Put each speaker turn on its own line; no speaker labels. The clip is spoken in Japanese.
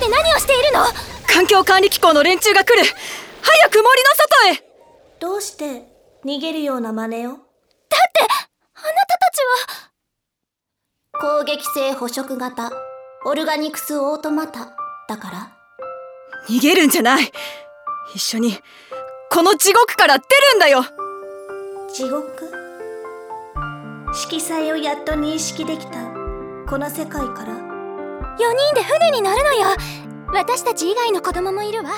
で何をしているの
環境管理機構の連中が来る早く森の外へ
どうして逃げるような真似を
だってあなたたちは
攻撃性捕食型オルガニクスオートマタだから
逃げるんじゃない一緒にこの地獄から出るんだよ
地獄色彩をやっと認識できたこの世界から
4人で船に乗るのよ私たち以外の子供もいるわ